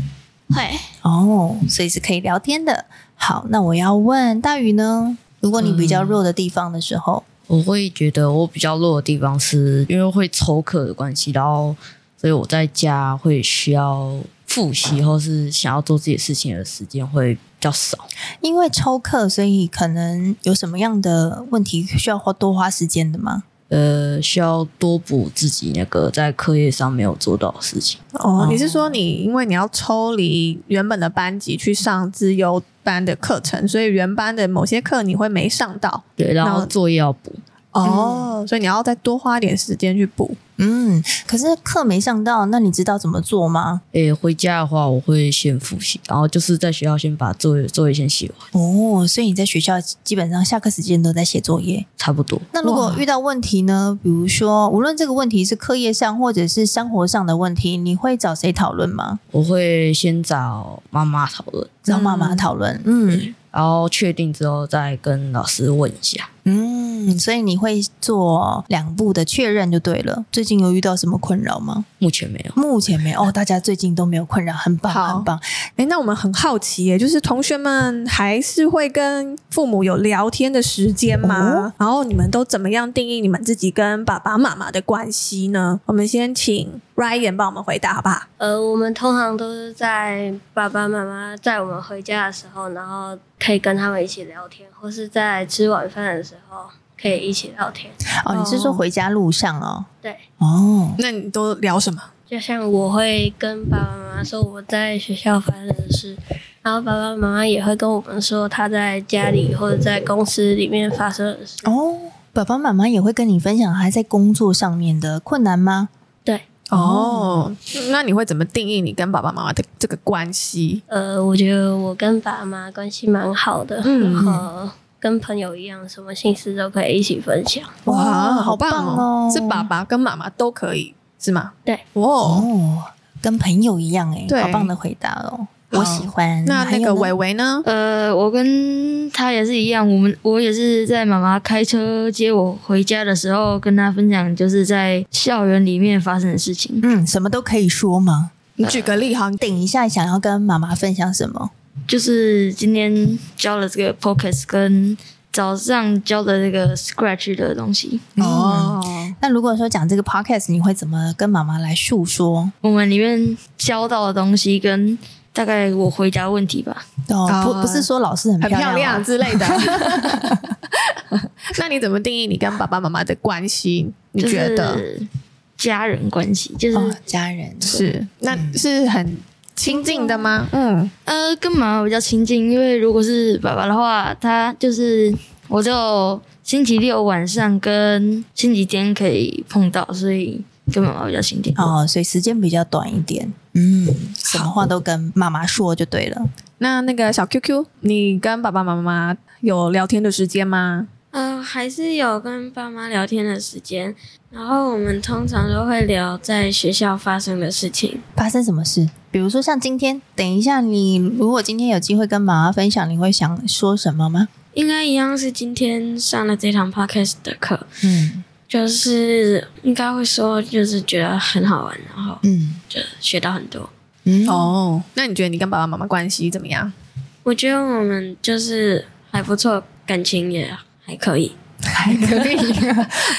[SPEAKER 6] 会，
[SPEAKER 1] 哦，所以是可以聊天的。好，那我要问大宇呢，如果你比较弱的地方的时候，
[SPEAKER 11] 我会觉得我比较弱的地方是因为会抽课的关系，然后所以我在家会需要复习或是想要做自己的事情的时间会比较少。
[SPEAKER 1] 因为抽课，所以可能有什么样的问题需要花多花时间的吗？
[SPEAKER 11] 呃，需要多补自己那个在课业上没有做到的事情。
[SPEAKER 2] 哦，你是说你因为你要抽离原本的班级去上资优班的课程，所以原班的某些课你会没上到。
[SPEAKER 11] 对，然后作业要补。
[SPEAKER 2] 哦，所以你要再多花一点时间去补。
[SPEAKER 1] 嗯，可是课没上到，那你知道怎么做吗？
[SPEAKER 11] 诶，回家的话我会先复习，然后就是在学校先把作业作业先写完，
[SPEAKER 1] 哦，所以你在学校基本上下课时间都在写作业。
[SPEAKER 11] 差不多。
[SPEAKER 1] 那如果遇到问题呢？比如说，无论这个问题是课业上或者是生活上的问题，你会找谁讨论吗？
[SPEAKER 11] 我会先找妈妈讨论，
[SPEAKER 1] 找妈妈讨论，嗯
[SPEAKER 11] 然后确定之后再跟老师问一下。
[SPEAKER 1] 嗯，所以你会做两步的确认就对了。最近有遇到什么困扰吗？
[SPEAKER 11] 目前没有。
[SPEAKER 1] 目前嗯没有哦，大家最近都没有困扰，很棒，很棒。
[SPEAKER 2] 哎，那我们很好奇耶，就是同学们还是会跟父母有聊天的时间吗？
[SPEAKER 1] 哦
[SPEAKER 2] 然后你们都怎么样定义你们自己跟爸爸妈妈的关系呢？我们先请 Ryan 帮我们回答好不好？
[SPEAKER 12] 呃，我们通常都是在爸爸妈妈载我们回家的时候，然后可以跟他们一起聊天，或是在吃晚饭的时候可以一起聊天。
[SPEAKER 1] 哦，你是说回家路上哦？
[SPEAKER 12] 对，
[SPEAKER 1] 哦，
[SPEAKER 2] 那你都聊什么？
[SPEAKER 12] 就像我会跟爸爸妈妈说我在学校发生的事，然后爸爸妈妈也会跟我们说他在家里或者在公司里面发生的事。
[SPEAKER 1] 哦，爸爸妈妈也会跟你分享还在工作上面的困难吗？
[SPEAKER 12] 对，
[SPEAKER 2] 哦，那你会怎么定义你跟爸爸妈妈的这个关系？
[SPEAKER 12] 呃，我觉得我跟爸妈关系蛮好的，
[SPEAKER 2] 嗯
[SPEAKER 12] 然后跟朋友一样，什么心事都可以一起分享。
[SPEAKER 2] 哇，好棒哦！是爸爸跟妈妈都可以是吗？
[SPEAKER 12] 对，
[SPEAKER 1] 哦，跟朋友一样哎
[SPEAKER 2] 对，
[SPEAKER 1] 好棒的回答哦，我喜欢。
[SPEAKER 2] 那
[SPEAKER 1] 还
[SPEAKER 2] 那
[SPEAKER 1] 有
[SPEAKER 2] 个
[SPEAKER 1] 呢
[SPEAKER 2] 伟伟呢？
[SPEAKER 13] 呃，我跟他也是一样，我们我也是在妈妈开车接我回家的时候，跟他分享就是在校园里面发生的事情。
[SPEAKER 1] 嗯，什么都可以说吗？
[SPEAKER 2] 你举个例哈，
[SPEAKER 1] 等一下想要跟妈妈分享什么？
[SPEAKER 13] 就是今天教了这个 p o c k e t 跟早上教的这个 Scratch 的东西。
[SPEAKER 1] 哦，那如果说讲这个 podcast，你会怎么跟妈妈来诉说？
[SPEAKER 13] 我们里面教到的东西跟大概我回答问题吧。
[SPEAKER 1] 哦，不不是说老师很
[SPEAKER 2] 很
[SPEAKER 1] 漂
[SPEAKER 2] 漂
[SPEAKER 1] 亮
[SPEAKER 2] 亮
[SPEAKER 1] 哦
[SPEAKER 2] 之类的。 那你怎么定义你跟爸爸妈妈的关系？你觉得
[SPEAKER 13] 就是家人关系，就是、
[SPEAKER 1] 家人
[SPEAKER 2] 是那是很亲近的吗？嗯，
[SPEAKER 13] 呃，跟妈妈比较亲近，因为如果是爸爸的话，他就是我就星期六晚上跟星期天可以碰到，所以跟妈妈比较亲近。
[SPEAKER 1] 哦，所以时间比较短一点。嗯，什么话都跟妈妈说就对了。
[SPEAKER 2] 那那个小 QQ，你跟爸爸妈妈有聊天的时间吗？
[SPEAKER 14] 嗯，还是有跟爸妈聊天的时间，然后我们通常都会聊在学校发生的事情。
[SPEAKER 1] 发生什么事？比如说像今天，等一下你如果今天有机会跟妈妈分享，你会想说什么吗？
[SPEAKER 14] 应该一样是今天上了这堂 podcast 的课，
[SPEAKER 1] 嗯，
[SPEAKER 14] 就是应该会说，就是觉得很好玩，然后
[SPEAKER 1] 嗯，
[SPEAKER 14] 就学到很多。
[SPEAKER 1] 嗯，
[SPEAKER 2] 哦，那你觉得你跟爸爸妈妈关系怎么样？
[SPEAKER 14] 我觉得我们就是还不错，感情也还可以。
[SPEAKER 1] 还可以，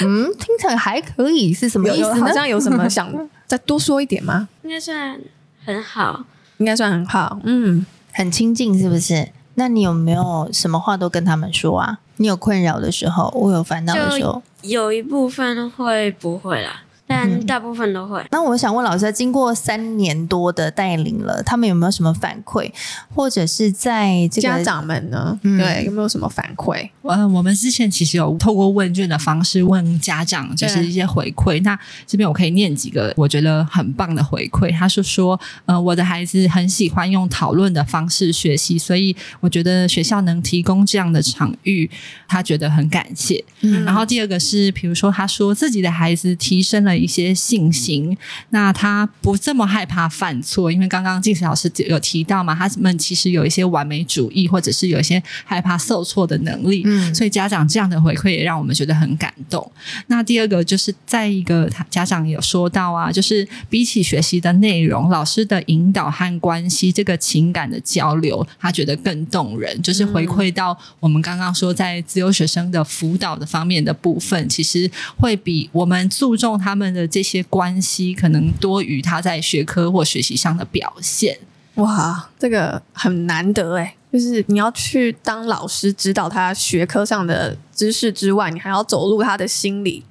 [SPEAKER 1] 嗯，听起来还可以是什么意思
[SPEAKER 2] 有
[SPEAKER 1] 呢？
[SPEAKER 2] 有好像有什么想再多说一点吗？
[SPEAKER 14] 应该算很好。
[SPEAKER 2] 应该算很好，嗯，
[SPEAKER 1] 很亲近，是不是？那你有没有什么话都跟他们说啊？你有困扰的时候，我有烦恼的时候
[SPEAKER 14] 就，有一部分会不会啦，
[SPEAKER 1] 嗯
[SPEAKER 14] 但大部分都会。
[SPEAKER 1] 那我想问老师，经过三年多的带领了，他们有没有什么反馈，或者是在这个嗯
[SPEAKER 2] 家长们呢？对，有没有什么反馈？
[SPEAKER 3] 嗯，我们之前其实有透过问卷的方式问家长，就是一些回馈。那这边我可以念几个我觉得很棒的回馈。他是说，呃，我的孩子很喜欢用讨论的方式学习，所以我觉得学校能提供这样的场域，他觉得很感谢。
[SPEAKER 1] 嗯
[SPEAKER 3] 然后第二个是，比如说他说自己的孩子提升了一些信心，那他不这么害怕犯错，因为刚刚静慈老师有提到嘛，他们其实有一些完美主义，或者是有一些害怕受挫的能力，
[SPEAKER 1] 嗯
[SPEAKER 3] 所以家长这样的回馈也让我们觉得很感动。那第二个就是在一个他家长有说到啊，就是比起学习的内容，老师的引导和关系这个情感的交流，他觉得更动人，就是回馈到我们刚刚说在自由学生的辅导的方面的部分，其实会比我们注重他们的这些关系，可能多于他在学科或学习上的表现。
[SPEAKER 2] 哇，这个很难得哎，就是你要去当老师指导他学科上的知识之外，你还要走入他的心理，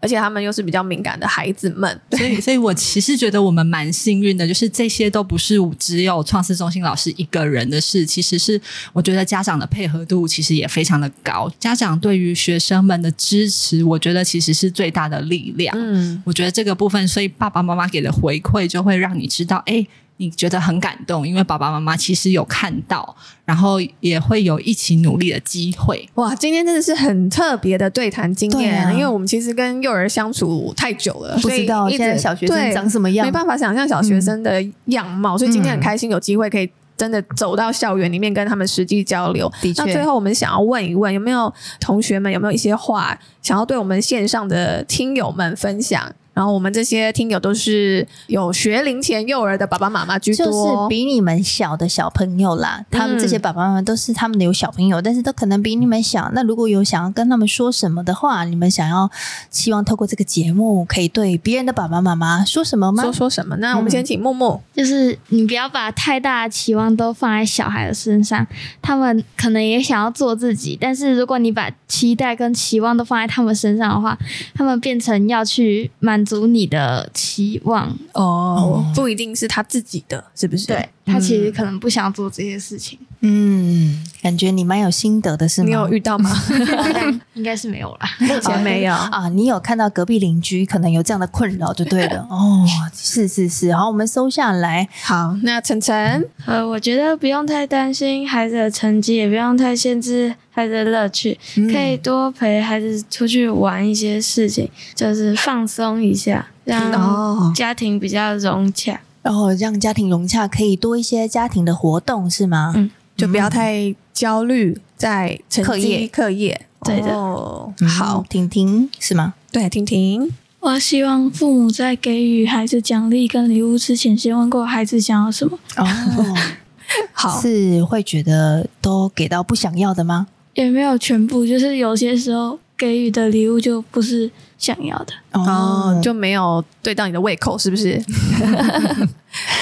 [SPEAKER 2] 而且他们又是比较敏感的孩子们，
[SPEAKER 3] 所以，所以我其实觉得我们蛮幸运的，就是这些都不是只有创思中心老师一个人的事，其实是我觉得家长的配合度其实也非常的高，家长对于学生们的支持，我觉得其实是最大的力量。
[SPEAKER 2] 嗯，
[SPEAKER 3] 我觉得这个部分，所以爸爸妈妈给的回馈就会让你知道，哎。你觉得很感动，因为爸爸妈妈其实有看到，然后也会有一起努力的机会。
[SPEAKER 2] 哇，今天真的是很特别的对谈经
[SPEAKER 1] 对
[SPEAKER 2] 验，
[SPEAKER 1] 啊
[SPEAKER 2] 因为我们其实跟幼儿相处太久了，
[SPEAKER 1] 不
[SPEAKER 2] 所以
[SPEAKER 1] 知道
[SPEAKER 2] 一直
[SPEAKER 1] 现在小学生
[SPEAKER 2] 对
[SPEAKER 1] 长什么样嗯
[SPEAKER 2] 没办法想象小学生的样貌，所以今天很开心有机会可以。真的走到校园里面跟他们实际交流。
[SPEAKER 1] 的确
[SPEAKER 2] 那最后我们想要问一问，有没有同学们有没有一些话想要对我们线上的听友们分享？然后我们这些听友都是有学龄前幼儿的爸爸妈妈居多，
[SPEAKER 1] 就是比你们小的小朋友啦，他们这
[SPEAKER 2] 嗯
[SPEAKER 1] 些爸爸妈妈都是他们的有小朋友，但是都可能比你们小。那如果有想要跟他们说什么的话，你们想要希望透过这个节目可以对别人的爸爸妈妈说什么吗？
[SPEAKER 2] 说说什么呢？那我们先请默默。
[SPEAKER 5] 就是你不要把太大的期望都放在小孩的身上，他们可能也想要做自己，但是如果你把期待跟期望都放在他们身上的话，他们变成要去满足你的期望，
[SPEAKER 2] 哦，不一定是他自己的，是不是？对
[SPEAKER 5] 他其
[SPEAKER 2] 嗯
[SPEAKER 5] 实可能不想做这些事情，
[SPEAKER 1] 嗯，感觉你蛮有心得的，是吗？
[SPEAKER 2] 你有遇 到 吗？
[SPEAKER 5] 应该是没有啦，
[SPEAKER 1] 目啊，你有看到隔壁邻居可能有这样的困扰就对 了哦，是是是，好，我们收下来。
[SPEAKER 2] 好，那晨晨，
[SPEAKER 6] 呃，我觉得不用太担心孩子的成绩，也不用太限制孩子的乐趣，
[SPEAKER 1] 嗯
[SPEAKER 6] 可以多陪孩子出去玩一些事情，就是放松一下，
[SPEAKER 1] 哦
[SPEAKER 6] 让家庭比较融洽。
[SPEAKER 1] 然后让家庭融洽，可以多一些家庭的活动是吗？嗯，
[SPEAKER 2] 就不要太焦虑在成
[SPEAKER 1] 课业
[SPEAKER 2] 绩课业。
[SPEAKER 1] 对的
[SPEAKER 2] 哦，
[SPEAKER 1] 好，婷婷是吗？
[SPEAKER 2] 对，婷婷，
[SPEAKER 15] 我希望父母在给予孩子奖励跟礼物之前，先问过孩子想要什么。
[SPEAKER 1] 哦，
[SPEAKER 2] 好，
[SPEAKER 1] 是会觉得都给到不想要的吗？
[SPEAKER 15] 也没有全部，就是有些时候给予的礼物就不是想要的。
[SPEAKER 2] 哦，就没有对到你的胃口，是不是？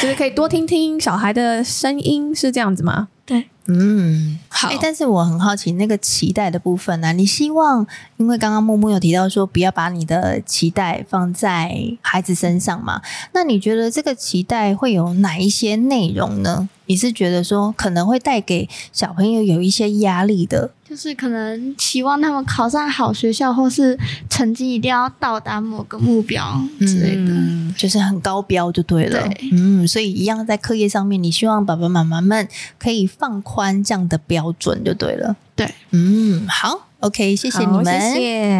[SPEAKER 2] 就是可以多听听小孩的声音，是这样子吗？
[SPEAKER 15] 对，
[SPEAKER 1] 嗯，
[SPEAKER 2] 好、
[SPEAKER 1] 但是我很好奇那个期待的部分呢、啊你希望，因为刚刚木木有提到说，不要把你的期待放在孩子身上嘛？那你觉得这个期待会有哪一些内容呢？你是觉得说可能会带给小朋友有一些压力的？
[SPEAKER 5] 就是可能期望他们考上好学校，或是成绩一定要到达某个目标之类的。
[SPEAKER 1] 嗯，就是很高标就对了。嗯，所以一样在课业上面，你希望爸爸妈妈们可以放宽这样的标准就对了。
[SPEAKER 5] 对，
[SPEAKER 1] 嗯，好，OK，谢谢你们，
[SPEAKER 2] 好谢谢。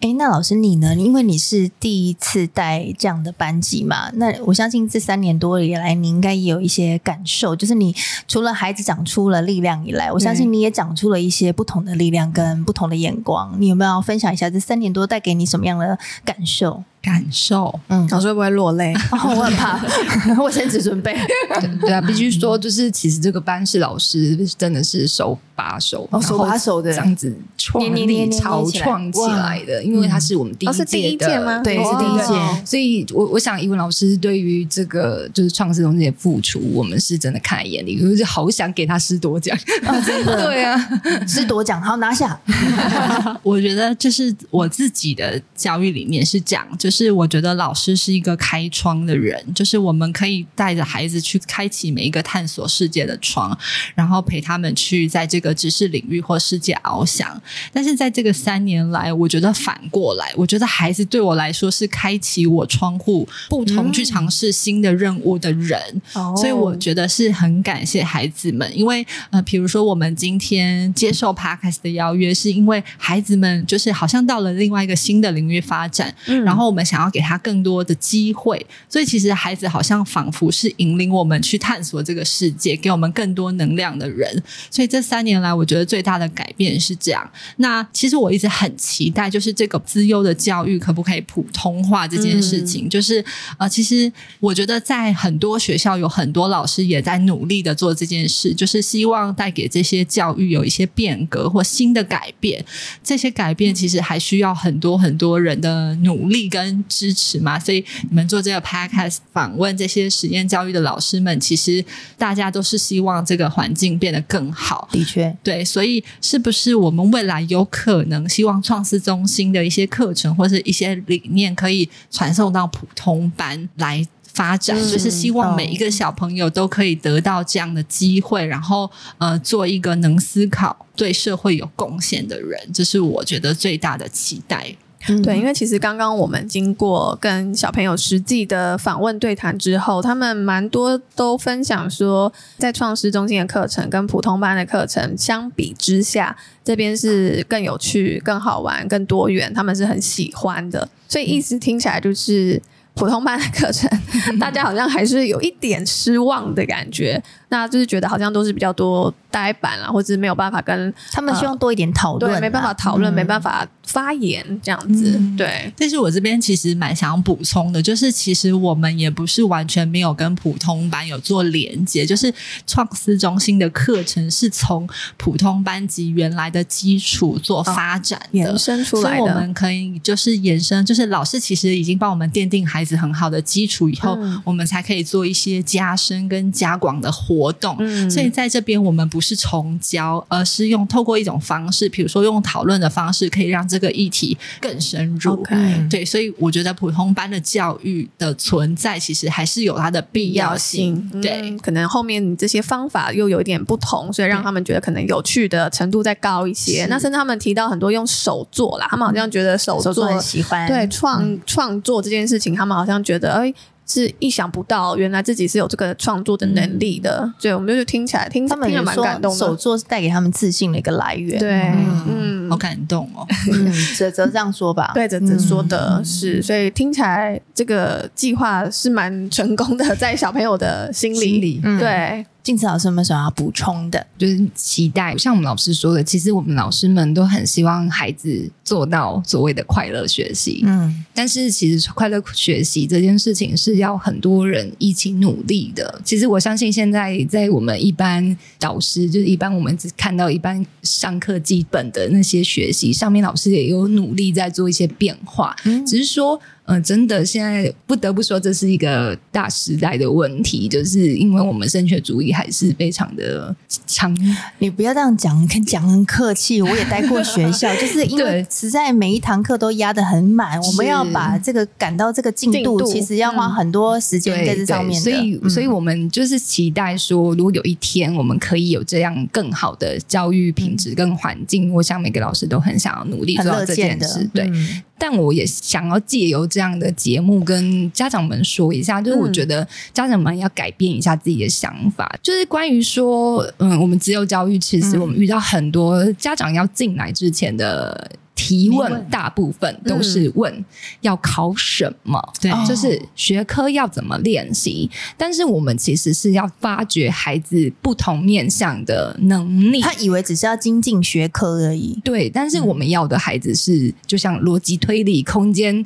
[SPEAKER 1] 哎，那老师你呢？因为你是第一次带这样的班级嘛，那我相信这三年多以来，你应该也有一些感受，就是你除了孩子长出了力量以来，我相
[SPEAKER 2] 嗯
[SPEAKER 1] 信你也长出了一些不同的力量跟不同的眼光。你有没有要分享一下这三年多带给你什么样的感受？
[SPEAKER 3] 感受，嗯，
[SPEAKER 2] 老师会不会落泪？
[SPEAKER 1] 哦，我很怕， 卫生纸 准备。
[SPEAKER 4] 对啊，必须说，就是其实这个班是老师真的是手把手，
[SPEAKER 1] 哦手把手的
[SPEAKER 4] 这样子创
[SPEAKER 1] 捏捏捏
[SPEAKER 4] 立、
[SPEAKER 1] 捏
[SPEAKER 4] 草
[SPEAKER 1] 起来
[SPEAKER 4] 创起来的，因为它是我们第
[SPEAKER 2] 哦
[SPEAKER 4] 一
[SPEAKER 2] 是第一
[SPEAKER 4] 届
[SPEAKER 2] 届
[SPEAKER 4] 的，
[SPEAKER 2] 吗
[SPEAKER 1] 哦
[SPEAKER 4] 对，是第一
[SPEAKER 2] 哇
[SPEAKER 4] 届，所以我我想，英文老师对于这个就是创世中心的付出，我们是真的看在眼里，就是好想给他师多奖，
[SPEAKER 1] 啊，真的，
[SPEAKER 4] 对啊，
[SPEAKER 1] 是夺奖，好拿下。
[SPEAKER 3] 我觉得就是我自己的教育里面是这样，就是我觉得老师是一个开窗的人，就是我们可以带着孩子去开启每一个探索世界的窗，然后陪他们去在这个知识领域或世界翱翔。但是在这个三年来，我觉得反过来，我觉得孩子对我来说是开启我窗户，不同
[SPEAKER 1] 嗯
[SPEAKER 3] 去尝试新的任务的人，
[SPEAKER 2] 哦
[SPEAKER 3] 所以我觉得是很感谢孩子们，因为呃，比如说我们今天接受 Podcast 的邀约，是因为孩子们就是好像到了另外一个新的领域发展，
[SPEAKER 2] 嗯
[SPEAKER 3] 然后我们想要给他更多的机会，所以其实孩子好像仿佛是引领我们去探索这个世界，给我们更多能量的人。所以这三年来，我觉得最大的改变是这样。那其实我一直很期待，就是这个资优的教育可不可以普通话这件事情，就是呃，其实我觉得在很多学校有很多老师也在努力的做这件事，就是希望带给这些教育有一些变革或新的改变。这些改变其实还需要很多很多人的努力跟支持嘛，所以你们做这个 podcast 访问这些实验教育的老师们，其实大家都是希望这个环境变得更好。
[SPEAKER 1] 的确，
[SPEAKER 3] 对，所以是不是我们未来有可能希望创思中心的一些课程或是一些理念可以传送到普通班来？发展
[SPEAKER 1] 嗯
[SPEAKER 3] 就是希望每一个小朋友都可以得到这样的机会，然后呃，做一个能思考、对社会有贡献的人，这是我觉得最大的期待。
[SPEAKER 1] 嗯
[SPEAKER 2] 对，因为其实刚刚我们经过跟小朋友实际的访问对谈之后，他们蛮多都分享说，在创师中心的课程跟普通班的课程相比之下，这边是更有趣、更好玩、更多元，他们是很喜欢的。所以意思听起来就是。普通班的课 程，大家好像还是有一点失望的感觉，那就是觉得好像都是比较多呆板啦，或者是没有办法跟呃
[SPEAKER 1] 他们希望多一点讨论
[SPEAKER 2] 对，
[SPEAKER 1] 啦
[SPEAKER 2] 没办法讨
[SPEAKER 1] 嗯
[SPEAKER 2] 论，没办法发言这样子，对。
[SPEAKER 3] 嗯但是我这边其实蛮想补充的，就是其实我们也不是完全没有跟普通班有做连接，就是创思中心的课程是从普通班级原来的基础做发展的、
[SPEAKER 2] 哦延伸出来
[SPEAKER 3] 所
[SPEAKER 2] 的
[SPEAKER 3] 以我们可以就是延伸，就是老师其实已经帮我们奠定孩子很好的基础以后，
[SPEAKER 2] 嗯
[SPEAKER 3] 我们才可以做一些加深跟加广的活动。
[SPEAKER 2] 嗯
[SPEAKER 3] 所以在这边我们不是重教，而是用透过一种方式，比如说用讨论的方式，可以让这个议题更深入。
[SPEAKER 2] OK
[SPEAKER 3] 对，所以我觉得普通班的教育的存在，其实还是有它的必要性。
[SPEAKER 1] 嗯
[SPEAKER 3] 对，
[SPEAKER 2] 对，可能后面你这些方法又有一点不同，所以让他们觉得可能有趣的程度再高一些。
[SPEAKER 1] 是
[SPEAKER 2] 那甚至他们提到很多用手做啦，他们好像觉得手
[SPEAKER 1] 手
[SPEAKER 2] 做
[SPEAKER 1] 做嗯很喜欢
[SPEAKER 2] 对创、创作这件事情，他们好像觉得哎。是意想不到，原来自己是有这个创作的能力的，对，我们就听起来听
[SPEAKER 1] 嗯他们
[SPEAKER 2] 听着
[SPEAKER 1] 也
[SPEAKER 2] 蛮
[SPEAKER 1] 说
[SPEAKER 2] 感动的。
[SPEAKER 1] 手作是带给他们自信的一个来源。
[SPEAKER 2] 对，
[SPEAKER 3] 嗯，好感动哦。
[SPEAKER 1] 嗯，泽泽这样说吧，嗯
[SPEAKER 2] 对，泽泽说的是，所以听起来这个计划是蛮成功的， 在小朋友的心里，
[SPEAKER 1] 嗯
[SPEAKER 2] 对，
[SPEAKER 1] 静慈老师有没有想要补充的？
[SPEAKER 4] 就是期待，像我们老师说的，其实我们老师们都很希望孩子做到所谓的快乐学习。
[SPEAKER 1] 嗯，
[SPEAKER 4] 但是其实快乐学习这件事情是要很多人一起努力的。其实我相信现在在我们一般导师，就是一般我们只看到一般上课基本的那些学习，上面老师也有努力在做一些变化，
[SPEAKER 1] 嗯
[SPEAKER 4] 只是说。呃，真的，现在不得不说，这是一个大时代的问题，就是因为我们升学主义还是非常的常
[SPEAKER 1] 你不要这样讲，跟讲很客气。我也待过 学校，就是因为实在每一堂课都压得很满，我们要把这个赶到这个进
[SPEAKER 4] 进
[SPEAKER 1] 度，
[SPEAKER 4] 度
[SPEAKER 1] 其实要
[SPEAKER 2] 嗯
[SPEAKER 1] 花很多时间
[SPEAKER 4] 对
[SPEAKER 1] 在这上面的。嗯
[SPEAKER 4] 对所以，所以我们就是期待说，如果有一天我们可以有这样更好的教育品质跟环境，我想每个老师都很想要努力做
[SPEAKER 1] 很
[SPEAKER 4] 到
[SPEAKER 1] 乐
[SPEAKER 4] 这件
[SPEAKER 1] 见的
[SPEAKER 4] 事。，对，
[SPEAKER 1] 嗯
[SPEAKER 4] 但我也想要借由这样的节目跟家长们说一下，就是
[SPEAKER 1] 嗯
[SPEAKER 4] 我觉得家长们要改变一下自己的想法，就是关于说，嗯，我们自由教育，其
[SPEAKER 1] 嗯
[SPEAKER 4] 实我们遇到很多家长要进来之前的。提
[SPEAKER 9] 提
[SPEAKER 4] 问
[SPEAKER 9] 问
[SPEAKER 4] 大部分都
[SPEAKER 1] 嗯
[SPEAKER 4] 是问要考什么，
[SPEAKER 3] 对
[SPEAKER 4] 就是学科要怎么练习。但是我们其实是要发掘孩子不同面向的能力。
[SPEAKER 1] 他以为只是要精进学科而已，嗯
[SPEAKER 4] 对，但是我们要的孩子是，就像逻辑推理、空间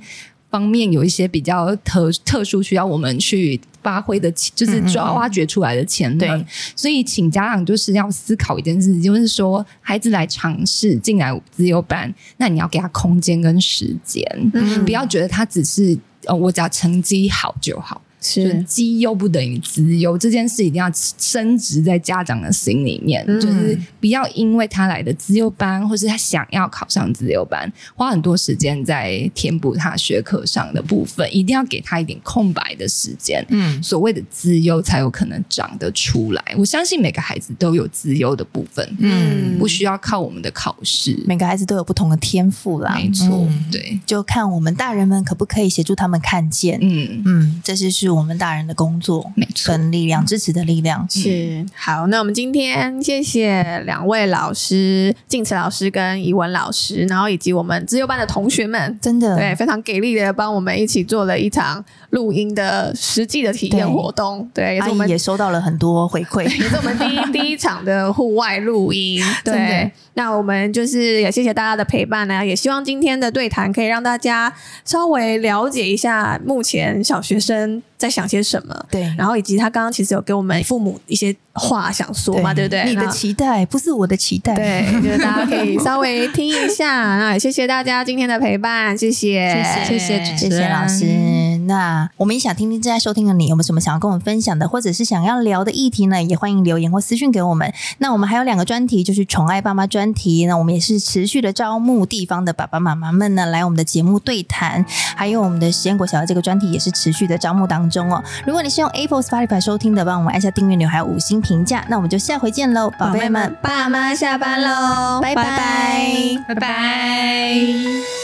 [SPEAKER 4] 方面有一些比较特特殊需要我们去发挥的，就是
[SPEAKER 1] 嗯
[SPEAKER 4] 抓挖掘出来的潜能。所以，请家长就是要思考一件事，就是说孩子来尝试进来自由班，那你要给他空间跟时间，
[SPEAKER 1] 嗯
[SPEAKER 4] 不要觉得他只是呃，我只要成绩好就好。
[SPEAKER 2] 是
[SPEAKER 4] 就绩优不等于资优，这件事一定要深植在家长的心里面，
[SPEAKER 2] 嗯
[SPEAKER 4] 就是不要因为他来的资优班，或是他想要考上资优班，花很多时间在填补他学科上的部分，一定要给他一点空白的时间。
[SPEAKER 1] 嗯
[SPEAKER 4] 所谓的资优才有可能长得出来。我相信每个孩子都有资优的部分，
[SPEAKER 1] 嗯
[SPEAKER 4] 嗯，不需要靠我们的考试。
[SPEAKER 1] 每个孩子都有不同的天赋啦，没
[SPEAKER 4] 错
[SPEAKER 2] 嗯
[SPEAKER 4] 对，
[SPEAKER 1] 就看我们大人们可不可以协助他们看见，
[SPEAKER 4] 嗯
[SPEAKER 1] 嗯，这就是我们大人的工作，
[SPEAKER 4] 没
[SPEAKER 1] 错，跟力量支持的力量嗯
[SPEAKER 2] 是好，那我们今天谢谢两位老师，静慈老师跟怡文老师，然后以及我们自由班的同学们，
[SPEAKER 1] 真的
[SPEAKER 2] 对非常给力的帮我们一起做了一场录音的实际的体验活动，对，也是
[SPEAKER 1] 阿
[SPEAKER 2] 哎我
[SPEAKER 1] 姨啊
[SPEAKER 2] 们
[SPEAKER 1] 也收到了很多回 馈，
[SPEAKER 2] 也是我们第一第一场的户外录 音。
[SPEAKER 1] 真的
[SPEAKER 2] 对，那我们就是也谢谢大家的陪伴呢、啊也希望今天的对谈可以让大家稍微了解一下目前小学生在想些什么。
[SPEAKER 1] 对，
[SPEAKER 2] 然后以及他刚刚其实有给我们父母一些话想说嘛，对不对？
[SPEAKER 1] 你的
[SPEAKER 2] 那
[SPEAKER 1] 期待不是我的期待，
[SPEAKER 2] 对，就是大家可以稍微听一下。那也谢谢大家今天的陪伴，谢谢，
[SPEAKER 1] 谢谢谢谢老师。那我们也想听听正在收听的你有没有什么想要跟我们分享的，或者是想要聊的议题呢？也欢迎留言或私讯给我们。那我们还有两个专题，就是宠爱爸妈专题。那我们也是持续的招募地方的爸爸妈妈们呢，来我们的节目对谈，还有我们的实验国小的这个专题也是持续的招募当中哦。如果你是用 Apple Spotify 收听的，帮我们按下订阅钮还有五星评价。那我们就下回见喽，宝贝们，
[SPEAKER 2] 爸妈下班喽，
[SPEAKER 1] 拜拜
[SPEAKER 2] 拜拜
[SPEAKER 1] 拜拜